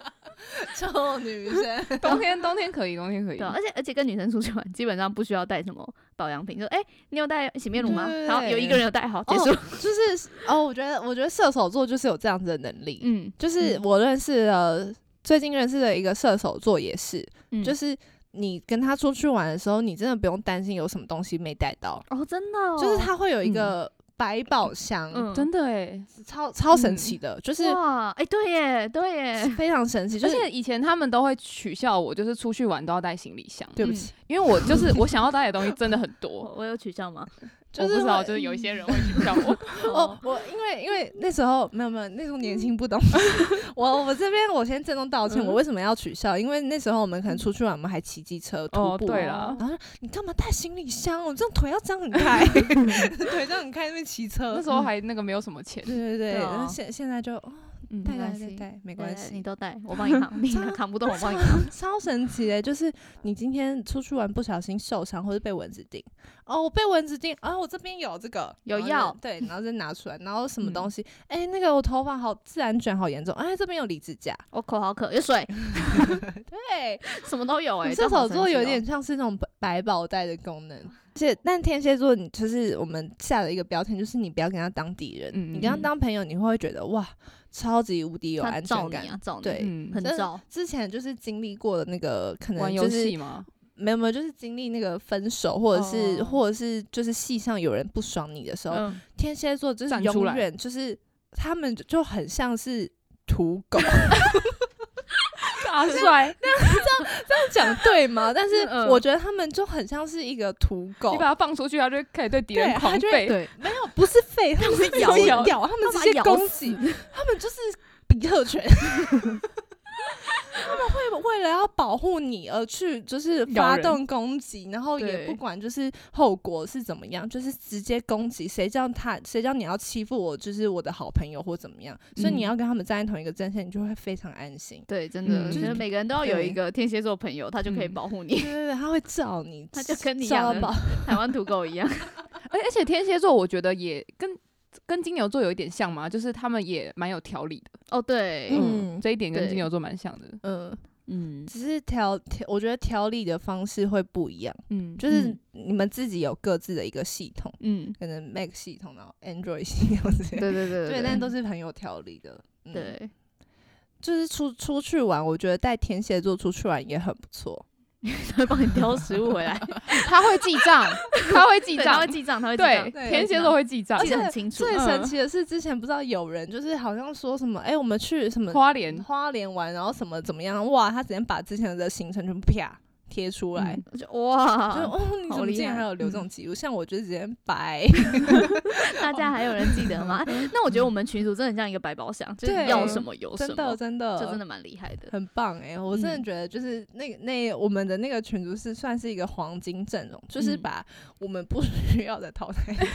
Speaker 2: 臭女生，
Speaker 3: 冬天冬天可以，冬天可以
Speaker 1: 对，，啊而且而且跟女生出去玩，基本上不需要带什么保养品，就哎、你有带洗面乳吗？
Speaker 2: 对
Speaker 1: 然后有一个人有带好，哦结束。
Speaker 2: 就是哦，我觉得我觉得射手座就是有这样子的能力，
Speaker 1: 嗯，
Speaker 2: 就是我认识了最近认识的一个射手座也是，
Speaker 1: 嗯
Speaker 2: 就是你跟他出去玩的时候，你真的不用担心有什么东西没带到，
Speaker 1: 哦，真的、哦，
Speaker 2: 就是他会
Speaker 3: 嗯
Speaker 2: 有一个百宝箱，
Speaker 1: 嗯，
Speaker 3: 真的哎，
Speaker 2: 超超神奇的，就是
Speaker 1: 哇，哎、对耶，对耶，
Speaker 2: 非常神奇，就
Speaker 3: 哎而
Speaker 2: 是
Speaker 3: 且以前他们都会取笑我，就是出去玩都要带行李箱，
Speaker 2: 对不起，
Speaker 3: 因为我就是我想要带的东西真的很
Speaker 1: 我
Speaker 3: 多。
Speaker 1: 我有取笑吗？
Speaker 2: 就
Speaker 3: 我
Speaker 2: 是
Speaker 3: 不知道，
Speaker 2: 会
Speaker 3: 就是有一些人会取笑我，
Speaker 2: 哦，我因为因为那时候没有没有，那时候年轻不懂。 我我这边我先郑重道歉，
Speaker 3: 嗯
Speaker 2: 我为什么要取笑？因为那时候我们可能出去玩，我们还骑机车徒
Speaker 3: 哦
Speaker 2: 步。啊
Speaker 3: 对啦
Speaker 2: 然后说你干嘛带行李箱？我这样腿要张很开， 腿张很开那边骑车嗯
Speaker 3: 那。时候还那个没有什么钱，
Speaker 2: 对对对，
Speaker 1: 对啊
Speaker 2: 然后现现在就哦
Speaker 3: 嗯
Speaker 2: 带
Speaker 1: 没
Speaker 2: 带
Speaker 1: 关
Speaker 2: 带
Speaker 1: 系
Speaker 2: 带，没
Speaker 1: 没
Speaker 2: 关系
Speaker 1: 你。都带，我帮你扛，你
Speaker 2: 超
Speaker 1: 扛不动我帮你
Speaker 2: 超
Speaker 1: 扛。
Speaker 2: 超神奇的，就是你今天出去玩不小心受伤，或是被蚊子叮。哦，我被蚊子叮，啊，我这边有这个
Speaker 1: 有
Speaker 2: 然后就
Speaker 1: 药
Speaker 2: 对，然后再拿出来，然后什么
Speaker 3: 嗯
Speaker 2: 东西？哎、那个我头发好自然卷，好严重。哎，这边有离子夹。
Speaker 1: 我口好渴，有 水，
Speaker 2: 对，
Speaker 1: 什么都有哎、
Speaker 2: 射
Speaker 1: 这好
Speaker 2: 手
Speaker 1: 神
Speaker 2: 座
Speaker 1: 奇
Speaker 2: 有
Speaker 1: 哦
Speaker 2: 点像是那种百百宝袋的功能，而且但天蝎座，你就是我们下了一个标签，就是你不要跟他当敌人，
Speaker 3: 嗯
Speaker 2: 你跟他
Speaker 1: 嗯
Speaker 2: 当朋友，你会觉得哇，超级无敌有
Speaker 1: 他
Speaker 2: 安全
Speaker 1: 照
Speaker 2: 感
Speaker 1: 你。啊，照你，
Speaker 2: 对
Speaker 3: 嗯，
Speaker 1: 很
Speaker 2: 真的
Speaker 1: 照。
Speaker 2: 之前就是经历过的那个，可能
Speaker 3: 玩
Speaker 2: 就
Speaker 3: 游
Speaker 2: 是
Speaker 3: 戏吗？
Speaker 2: 没有没有，就是经历那个分手，或者是、
Speaker 3: 哦
Speaker 2: 或者是就是戏上有人不爽你的时候，
Speaker 1: 嗯，
Speaker 2: 天蝎座就是
Speaker 3: 站出
Speaker 2: 永
Speaker 3: 来
Speaker 2: 远就是他们就就很像是土 狗，
Speaker 3: 大啊帅，
Speaker 2: 讲对吗？但是
Speaker 3: 嗯
Speaker 2: 我觉得他们就很像是一个土狗
Speaker 3: 你，把他放出去，他就开始对敌人
Speaker 2: 对
Speaker 3: 狂
Speaker 2: 他就会
Speaker 3: 吠，
Speaker 1: 对，
Speaker 2: 没有不是吠，他们是直
Speaker 1: 咬
Speaker 2: 接
Speaker 3: 咬
Speaker 2: 咬，他们
Speaker 1: 他把
Speaker 2: 直接
Speaker 1: 咬
Speaker 2: 攻
Speaker 1: 死
Speaker 2: 击，他们就是比特犬。会为了要保护你而去就是
Speaker 3: 咬
Speaker 2: 发
Speaker 3: 人
Speaker 2: 动攻击，然后也
Speaker 3: 对
Speaker 2: 不管就是后果是怎么样，就是直接攻击。谁叫他，谁叫你要欺负我，就是我的好朋友或怎么样？所以
Speaker 1: 嗯
Speaker 2: 你要跟他们站在同一个阵线，你就会非常安心。
Speaker 1: 对，真的，
Speaker 3: 嗯
Speaker 1: 觉
Speaker 3: 就
Speaker 1: 得
Speaker 3: 是
Speaker 1: 每个人都要有一
Speaker 2: 对
Speaker 1: 个天蝎座朋友，他就可以
Speaker 3: 嗯
Speaker 1: 保护
Speaker 2: 对
Speaker 1: 你，
Speaker 2: 对对，他会罩你，
Speaker 1: 他就跟你一
Speaker 2: 罩
Speaker 1: 样
Speaker 2: 到
Speaker 1: 的
Speaker 2: 爆。
Speaker 1: 台湾土狗一样。
Speaker 3: 而而且天蝎座我觉得也跟跟金牛座有一点像嘛，就是他们也蛮有条理的，
Speaker 1: 哦，对，
Speaker 2: 嗯
Speaker 3: 这一点跟
Speaker 1: 对
Speaker 3: 金牛座蛮像的，
Speaker 2: 嗯，
Speaker 1: 嗯，
Speaker 2: 只是调调，我觉得调理的方式会不一样，
Speaker 3: 嗯，就
Speaker 2: 就是
Speaker 1: 嗯
Speaker 2: 你们自己有各自的一个系统，
Speaker 1: 嗯，
Speaker 2: 可能 Mac 系统，然后 Android 系统之类的。
Speaker 1: 对对对
Speaker 2: 对，但都是很有条理的。嗯、，
Speaker 1: 对，
Speaker 2: 就是出出去玩，我觉得带天蝎座出去玩也很不错。
Speaker 1: 他会帮你挑食物回 来，
Speaker 3: 他会记账，他会 记
Speaker 1: 对他
Speaker 3: 账
Speaker 1: 会，记账，他会记
Speaker 3: 对
Speaker 1: 账，
Speaker 2: 对
Speaker 3: 天蝎座会记账
Speaker 1: 记，得
Speaker 2: 而
Speaker 1: 很
Speaker 2: 且
Speaker 1: 清楚。
Speaker 2: 最
Speaker 3: 嗯
Speaker 2: 神奇的是，之前不知道有人就是好像说什么，哎、我们去什么
Speaker 3: 花莲
Speaker 2: 花莲玩，然后什么怎么样？哇，他直接把之前的行程全部啪贴出来。
Speaker 3: 嗯
Speaker 1: 我就哇，
Speaker 2: 就哦，你
Speaker 1: 嗯好
Speaker 2: 怎么
Speaker 1: 厉
Speaker 2: 竟然
Speaker 1: 害嗯
Speaker 2: 还有留这种记录？像我就直接白，
Speaker 1: 大家还有人记得吗？那我觉得我们群主真的很像一个百宝箱，就是
Speaker 2: 对
Speaker 1: 要什么有什
Speaker 2: 真的
Speaker 1: 么，
Speaker 2: 真的，
Speaker 1: 这真的蛮厉害的。
Speaker 2: 很棒哎、我真的
Speaker 1: 嗯
Speaker 2: 觉得就是那个那我们的那个群组是算是一个黄金阵容，就是
Speaker 1: 嗯
Speaker 2: 把我们不 需要的淘汰掉。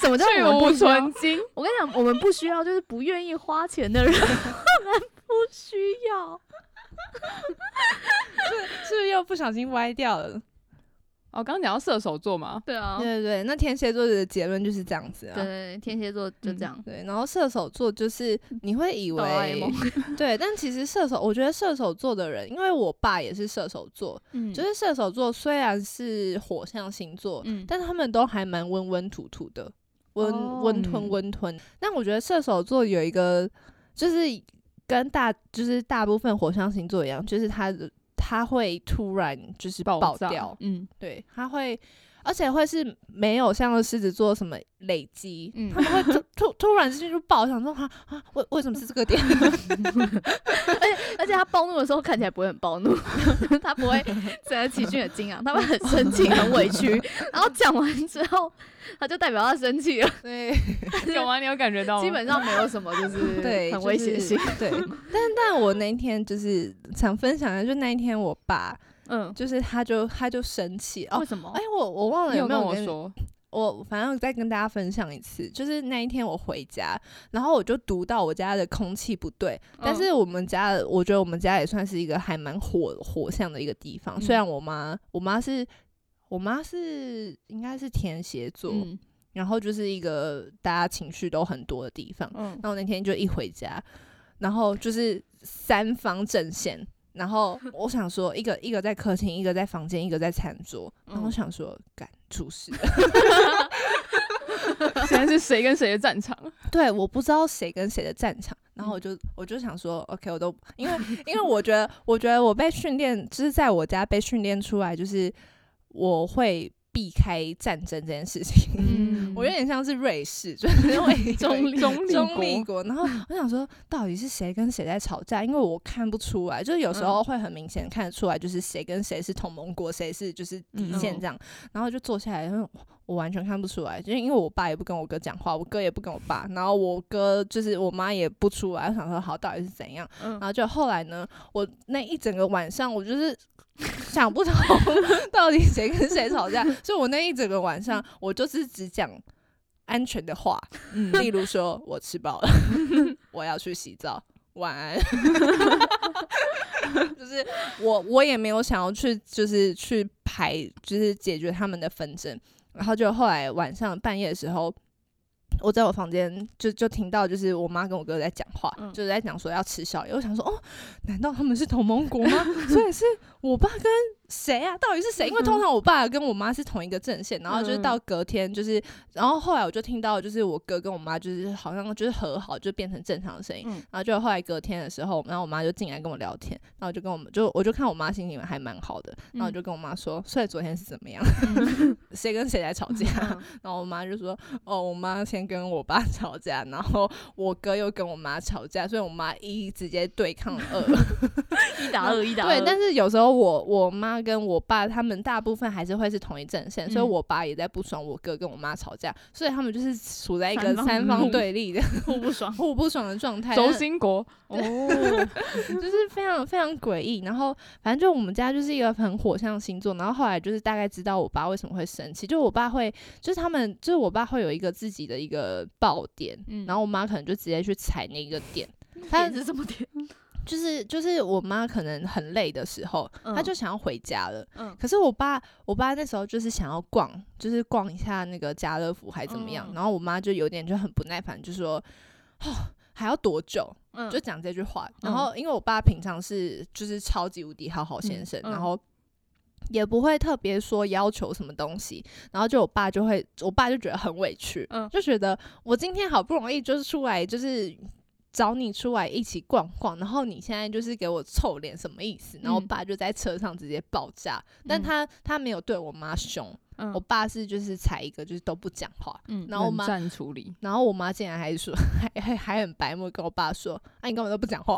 Speaker 1: 什么叫
Speaker 3: 去
Speaker 1: 我们
Speaker 3: 无
Speaker 1: 不需要？
Speaker 3: 存金，
Speaker 1: 我跟你讲，我们不需要，就是不愿意花钱的人，我 们不需要。
Speaker 2: 是不是又不小心歪掉了？
Speaker 3: 哦，刚刚讲到射手座嘛，
Speaker 1: 对啊，
Speaker 2: 对对对，那天蝎座的结论就是这样子
Speaker 1: 对
Speaker 2: 啊。
Speaker 1: 对，天蝎座就这样。
Speaker 2: 对，然后射手座就是你会以
Speaker 1: 哆啦 A
Speaker 2: 为
Speaker 1: 梦，
Speaker 2: 对，但其实射手，我觉得射手座的人，因为我爸也是射手座，
Speaker 1: 嗯
Speaker 2: 就是射手座虽然是火象星座，
Speaker 1: 嗯
Speaker 2: 但他们都还蛮温温吐吐的，温温
Speaker 3: 哦
Speaker 2: 吞温吞。但我觉得射手座有一个，就是跟大就是大部分火象星座一样，就是他的他会突然就是
Speaker 3: 爆
Speaker 2: 爆
Speaker 3: 炸
Speaker 2: 掉，
Speaker 1: 嗯，
Speaker 2: 对，他会，而且会是没有像狮子座什么累积，
Speaker 1: 嗯
Speaker 2: 他们会突突突然之间就爆，想说啊啊，为为什么是这个点？
Speaker 1: 而且他暴怒的时候看起来不会很暴怒， 他不 会整个情绪很惊啊昂，他会很生气、很委屈。然后讲完之后，他就代表他生气了，
Speaker 2: 对
Speaker 3: 有吗？你有感觉到吗？
Speaker 1: 基本上没有什 么就是
Speaker 2: 哦对，
Speaker 1: 很
Speaker 2: 就
Speaker 1: 威胁
Speaker 2: 是
Speaker 1: 性。。
Speaker 2: 对，但但我那一天就是想分享一下，就那一天我爸
Speaker 1: 嗯，
Speaker 2: 就是他就他就生气哦
Speaker 1: 为。什么
Speaker 2: 哎？，我我忘了
Speaker 3: 你有
Speaker 2: 有没
Speaker 3: 跟
Speaker 2: 有
Speaker 3: 我
Speaker 2: 跟
Speaker 3: 说，
Speaker 2: 我反正再跟大家分享一次，就是那一天我回家，然后我就读到我家的空气不对，但
Speaker 1: 嗯
Speaker 2: 是我们家，我觉得我们家也算是一个还蛮火火象的一个地方。虽
Speaker 1: 嗯
Speaker 2: 然我妈，我妈是，我妈是应该是天蝎座，
Speaker 1: 嗯
Speaker 2: 然后就是一个大家情绪都很多的地方。
Speaker 1: 嗯，
Speaker 2: 然后那天就一回家，然后就是三方阵线，然后我想说，一个一个在客厅，一个在房间，一个在餐桌，然
Speaker 1: 嗯
Speaker 2: 后我想说，敢出 事了。
Speaker 3: 现在是谁跟谁的战场？啊
Speaker 2: 对，我不知道谁跟谁的战场，然
Speaker 1: 嗯
Speaker 2: 后我就我就想说，OK，我都因为因为我觉得我觉得我被训练，就是在我家被训练出来，就是我会避开战争这件事情。
Speaker 1: 嗯
Speaker 2: 我有点像是瑞士，就是 我以为
Speaker 1: 中立
Speaker 3: 中立
Speaker 2: 中立
Speaker 3: 国，
Speaker 2: 国，然后我想说，到底是谁跟谁在吵架？因为我看不出来，就是有时候会很明显看得出来，就是谁跟谁是同盟国，谁是就是底线这样。然后就坐下来，然后我完全看不出来，就是因为我爸也不跟我哥讲话，我哥也不跟我爸，然后我哥就是我妈也不出来。我想说，好，到底是怎样？
Speaker 1: 嗯
Speaker 2: 然后就后来呢，我那一整个晚上，我就是想不通 到底谁跟谁吵架，所以我那一整个晚上，我就是只讲安全的话，
Speaker 3: 嗯，
Speaker 2: 例如说我吃饱了， 我要去洗澡，晚安。就是我我也没有想要去，就是去排，就是解决他们的纷争。然后就后来晚上半夜的时候，我在我房间就就听到，就是我妈跟我哥在讲话，
Speaker 1: 嗯
Speaker 2: 就是在讲说要吃宵夜。我想说，哦，难道他们是同盟国吗？所以是我爸跟谁啊？到底是谁？因为通常我爸跟我妈是同一个阵线，然后就是
Speaker 3: 嗯
Speaker 2: 到隔天就是然后后来我就听到，就是我哥跟我妈就是好像就是和好，就变成正常的声音。
Speaker 1: 嗯
Speaker 2: 然后就后来隔天的时候，然后我妈就进来跟我聊天，然后我就跟我们就我就看我妈心情还蛮好的，然后我就跟我妈说，所以昨天是怎么样， 谁跟谁在吵架？ 然后我妈就说，哦，我妈先跟我爸吵架，然后我哥又跟我妈吵架，所以我妈一直接对抗二。嗯
Speaker 1: 一打二，一打二。
Speaker 2: 对，但是有时候我我妈妈跟我爸他们大部分还是会是同一阵线，所以
Speaker 1: 嗯
Speaker 2: 我爸也在不爽我哥跟我妈吵架，所以他们就是处在一个
Speaker 1: 三方
Speaker 2: 三方
Speaker 1: 怒
Speaker 2: 对立的
Speaker 1: 互不爽。
Speaker 2: 互不爽的状态。
Speaker 3: 轴
Speaker 2: 但
Speaker 3: 心国
Speaker 1: 哦，
Speaker 2: 就是非常非常诡异。然后反正就我们家就是一个很火象星座，然后后来就是大概知道我爸为什么会生气，就我爸会，就是他们，就是我爸会有一个自己的一个爆点，
Speaker 1: 嗯
Speaker 2: 然后我妈可能就直接去踩那个点。
Speaker 1: 他
Speaker 2: 他
Speaker 1: 是这么点，
Speaker 2: 就是就是我妈可能很累的时候，
Speaker 1: 嗯
Speaker 2: 她就想要回家了。
Speaker 1: 嗯
Speaker 2: 可是我爸，我爸那时候就是想要逛，就是逛一下那个家乐福还怎么样，
Speaker 1: 嗯
Speaker 2: 然后我妈就有点就很不耐烦，就说：“哦，还要多久？”
Speaker 1: 嗯
Speaker 2: 就讲这句话。
Speaker 1: 嗯
Speaker 2: 然后因为我爸平常是就是超级无敌好好先生，
Speaker 1: 嗯嗯
Speaker 2: 然后。也不会特别说要求什么东西，然后就我爸就会，我爸就觉得很委屈，
Speaker 1: 嗯
Speaker 2: 就觉得我今天好不容易就是出来，就是找你出来一起逛逛，然后你现在就是给我臭脸，什么意思？然后我
Speaker 1: 嗯
Speaker 2: 爸就在车上直接爆炸，但
Speaker 1: 嗯
Speaker 2: 他他没有对我妈凶，
Speaker 1: 嗯
Speaker 2: 我爸是就是踩一个就是都不讲话，
Speaker 1: 嗯
Speaker 2: 然后我妈
Speaker 3: 冷战处理，
Speaker 2: 然后我妈竟然还说， 还还还很白目跟我爸说：“啊，你根本都不讲 话。”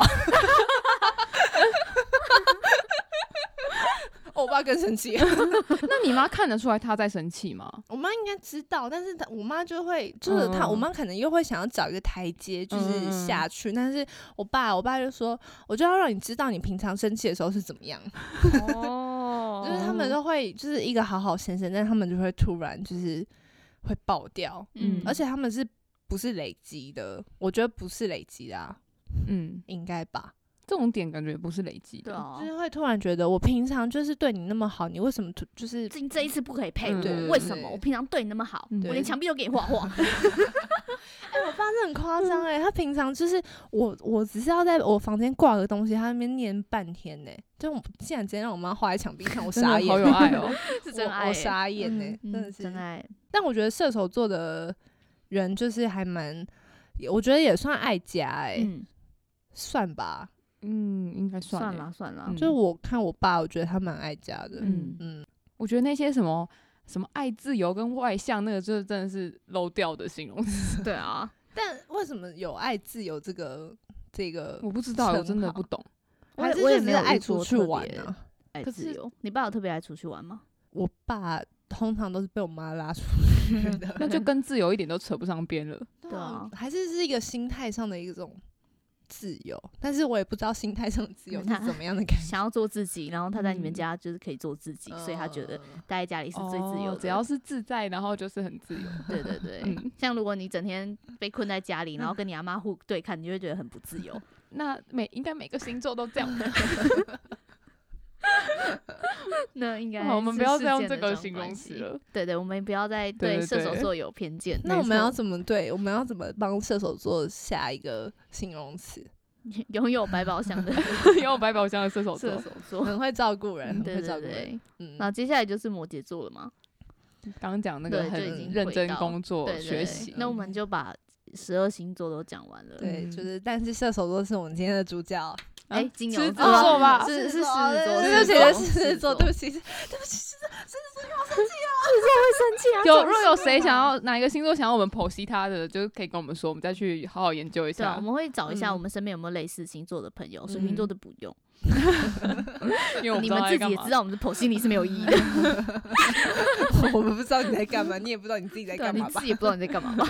Speaker 2: 我爸更生气，
Speaker 3: 那你妈看得出来她在生气吗？
Speaker 2: 我妈应该知道，但是她我妈就会，就是她，
Speaker 3: 嗯
Speaker 2: 我妈可能又会想要找一个台阶，就是下去。但是我爸，我爸就说，我就要让你知道你平常生气的时候是怎么样。
Speaker 1: 哦
Speaker 2: 就是他们都会，就是一个好好先生，但他们就会突然就是会爆掉，
Speaker 3: 嗯
Speaker 2: 而且他们是不是累积的？我觉得不是累积的、啊，
Speaker 3: 嗯，
Speaker 2: 应该吧。
Speaker 3: 这种点感觉不是累积
Speaker 1: 对
Speaker 3: 的，
Speaker 1: 啊
Speaker 2: 就，是会突然觉得，我平常就是对你那么好，你为什么突就是
Speaker 1: 这这一次不可以配
Speaker 3: 嗯
Speaker 1: 我，
Speaker 3: 对
Speaker 1: 为什
Speaker 2: 对
Speaker 1: 么？我平常对你那么好，
Speaker 3: 嗯
Speaker 1: 我连墙壁都给你画画。
Speaker 2: 哎、我爸是很夸
Speaker 1: 嗯
Speaker 2: 张哎，他平常就是我，我只是要在我房间挂个东西，他在那边念半天呢、就我竟然直接让我妈画在墙壁 上，我
Speaker 3: 真的
Speaker 2: 傻眼，
Speaker 3: 好有爱 哦，
Speaker 1: 是欸
Speaker 2: 我我傻眼呢、真的
Speaker 1: 嗯，
Speaker 2: 是
Speaker 1: 真爱。
Speaker 2: 但我觉得射手座的人就是还蛮，也我觉得也算爱家哎、
Speaker 1: 嗯，
Speaker 2: 算吧。
Speaker 3: 嗯，应该算
Speaker 1: 算
Speaker 3: 欸
Speaker 1: 了算了
Speaker 3: 嗯，
Speaker 2: 就是我看我爸，我觉得他蛮爱家的，
Speaker 1: 嗯
Speaker 3: 嗯，
Speaker 2: 嗯，
Speaker 3: 我觉得那些什么什么爱自由跟外向，那个就是真的是 low 掉的形容 词，
Speaker 1: 对啊，
Speaker 2: 但为什么有爱自由这个这个？
Speaker 3: 我不知道，
Speaker 2: 称
Speaker 3: 我真的
Speaker 2: 号
Speaker 3: 不懂。
Speaker 1: 我也
Speaker 2: 还是
Speaker 1: 我也
Speaker 2: 就只
Speaker 1: 没
Speaker 2: 是
Speaker 1: 有
Speaker 2: 爱
Speaker 1: 遇
Speaker 2: 出
Speaker 1: 过
Speaker 2: 去
Speaker 1: 特
Speaker 2: 玩啊
Speaker 1: 别
Speaker 2: 呢、
Speaker 1: 爱
Speaker 3: 可
Speaker 1: 自
Speaker 3: 是
Speaker 1: 由。你爸有特别爱出去玩吗？
Speaker 3: 嗯
Speaker 2: 我爸通常都是被我妈拉出去的，
Speaker 3: 那就跟自由一点都扯不上边了。
Speaker 1: 对啊
Speaker 2: 还是是一个心态上的一种自由，但是我也不知道心态上的自由是
Speaker 1: 那
Speaker 2: 怎么样的感觉。
Speaker 1: 想要做自己，然后他在你们
Speaker 3: 嗯
Speaker 1: 家就是可以做自己， 所以他觉得嗯
Speaker 2: 呃，
Speaker 1: 待在家里是最自由
Speaker 3: 哦
Speaker 1: 的。
Speaker 3: 只要是自在，然后就是很自由。
Speaker 1: 对对对
Speaker 3: 嗯，
Speaker 1: 像如果你整天被困在家里，然后跟你阿妈互对看，你就会觉得很不自由。
Speaker 3: 那每应该每个星座都这样。
Speaker 1: 那应该
Speaker 3: 好，我们
Speaker 1: 是
Speaker 3: 不要
Speaker 1: 事
Speaker 3: 再用
Speaker 1: 件
Speaker 3: 这
Speaker 1: 的
Speaker 3: 个
Speaker 1: 这种
Speaker 3: 形容
Speaker 1: 关
Speaker 3: 词
Speaker 1: 系
Speaker 3: 了。
Speaker 1: 对对，我们不要再对
Speaker 3: 对对
Speaker 1: 射手
Speaker 3: 对
Speaker 1: 座有偏 见。
Speaker 2: 那
Speaker 1: 没
Speaker 2: 我们要
Speaker 1: 错
Speaker 2: 怎么对？我们要怎么帮射手座下一个形容词？
Speaker 1: 拥有百宝 箱的
Speaker 3: 有百宝箱的射手座
Speaker 1: 射，手座。
Speaker 2: 很会照顾人，很
Speaker 1: 对
Speaker 2: 会
Speaker 1: 对
Speaker 2: 照顾人。
Speaker 1: 对，
Speaker 2: 嗯，
Speaker 1: 那接下来就是摩羯座了嘛？
Speaker 3: 刚刚讲那个
Speaker 1: 对就已
Speaker 3: 很
Speaker 1: 经
Speaker 3: 认
Speaker 1: 回
Speaker 3: 真
Speaker 1: 到
Speaker 3: 工作
Speaker 1: 对对
Speaker 3: 学
Speaker 1: 对
Speaker 3: 习。
Speaker 1: 那我们就把十二星座都讲完了。
Speaker 2: 对，
Speaker 3: 嗯
Speaker 2: 就是，但是射手座是我们今天的主角，
Speaker 1: 哎
Speaker 3: 啊
Speaker 1: 金牛
Speaker 3: 狮子
Speaker 1: 座
Speaker 3: 座吧，
Speaker 1: 是是狮子
Speaker 2: 哦
Speaker 1: 座
Speaker 2: 对不
Speaker 1: 狮
Speaker 2: 起，
Speaker 1: 子座
Speaker 2: 是狮子座，对不起，是
Speaker 1: 生气啊
Speaker 3: 有如果有谁想要哪一个星座想要我们剖析他的，就是可以跟我们说，我们再去好好研究一
Speaker 1: 对啊，我
Speaker 3: 下。
Speaker 1: 们会找一下
Speaker 2: 嗯
Speaker 1: 我们身边有没有类似星座的朋友，水瓶座
Speaker 3: 嗯
Speaker 1: 的不用，
Speaker 3: 因为我
Speaker 1: 你
Speaker 3: 不
Speaker 1: 们自
Speaker 3: 知道在干
Speaker 1: 己也
Speaker 3: 嘛
Speaker 1: 知道我们的剖析你是没有意义的，
Speaker 2: 我们不知道你在干嘛，你也不知道你自己在
Speaker 1: 对啊，
Speaker 2: 干
Speaker 1: 你
Speaker 2: 嘛
Speaker 1: 自
Speaker 2: 吧
Speaker 1: 己？也不知道你在干嘛吧？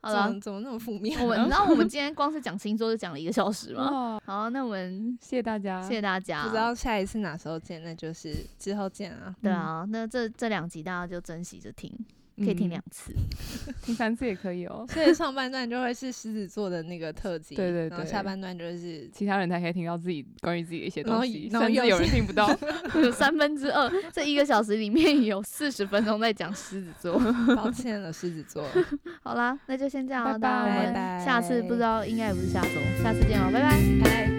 Speaker 1: 好
Speaker 2: 怎
Speaker 1: 了
Speaker 2: 么，怎么那么负面？
Speaker 1: 我们你知道我们今天光是讲星座就讲了一个小时吗？
Speaker 3: 哇，
Speaker 1: 好，那我们
Speaker 3: 哦谢谢大家，
Speaker 1: 谢谢大家。哦
Speaker 2: 不知道下一次哪时候见，那就是之后见啊。
Speaker 1: 对啊，那这这两集大家就珍惜着听，可
Speaker 3: 嗯，
Speaker 1: 以听两次。
Speaker 3: 听三次也可以哦。
Speaker 2: 所以上半段就会是狮子座的那个特辑，
Speaker 3: 对对
Speaker 2: 然后
Speaker 3: 对
Speaker 2: 下半段就是
Speaker 3: 其他人才可以听到自己关于自己的一些
Speaker 2: 然后
Speaker 3: 东西，
Speaker 2: 然后
Speaker 3: 甚
Speaker 2: 有
Speaker 3: 至有人
Speaker 2: 些
Speaker 3: 听不到。
Speaker 1: 有三分之二，这一个小时里面有四十分钟在讲狮子座。
Speaker 2: 嗯抱歉了，狮子 座，
Speaker 1: 好啦，那就先这样了，
Speaker 3: 拜拜
Speaker 1: 大家我们
Speaker 2: 拜拜
Speaker 1: 下次不知道应该也不是下周，下次见哦，拜拜。
Speaker 2: 拜。